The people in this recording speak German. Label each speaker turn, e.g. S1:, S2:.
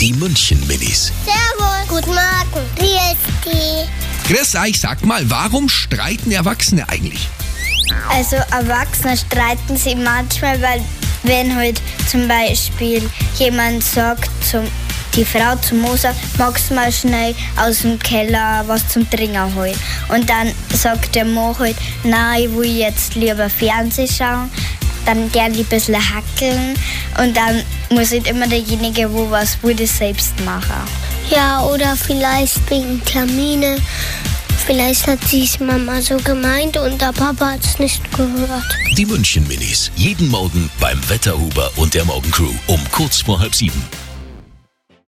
S1: Die München Minis.
S2: Servus. Guten Morgen. Wie ist die?
S1: Chris, ich sag mal, warum streiten Erwachsene eigentlich?
S2: Also Erwachsene streiten sich manchmal, weil wenn halt zum Beispiel jemand sagt zum die Frau zum Moser, magst du mal schnell aus dem Keller was zum Trinken holen? Und dann sagt der Mo halt, nein, ich will jetzt lieber Fernsehen schauen. Dann der die ein bisschen hackeln und dann muss halt immer derjenige, wo was wurde, selbst machen.
S3: Ja, oder vielleicht wegen Termine. Vielleicht hat sie's Mama so gemeint und der Papa hat's nicht gehört.
S1: Die München Minis. Jeden Morgen beim Wetterhuber und der Morgencrew um kurz vor halb sieben.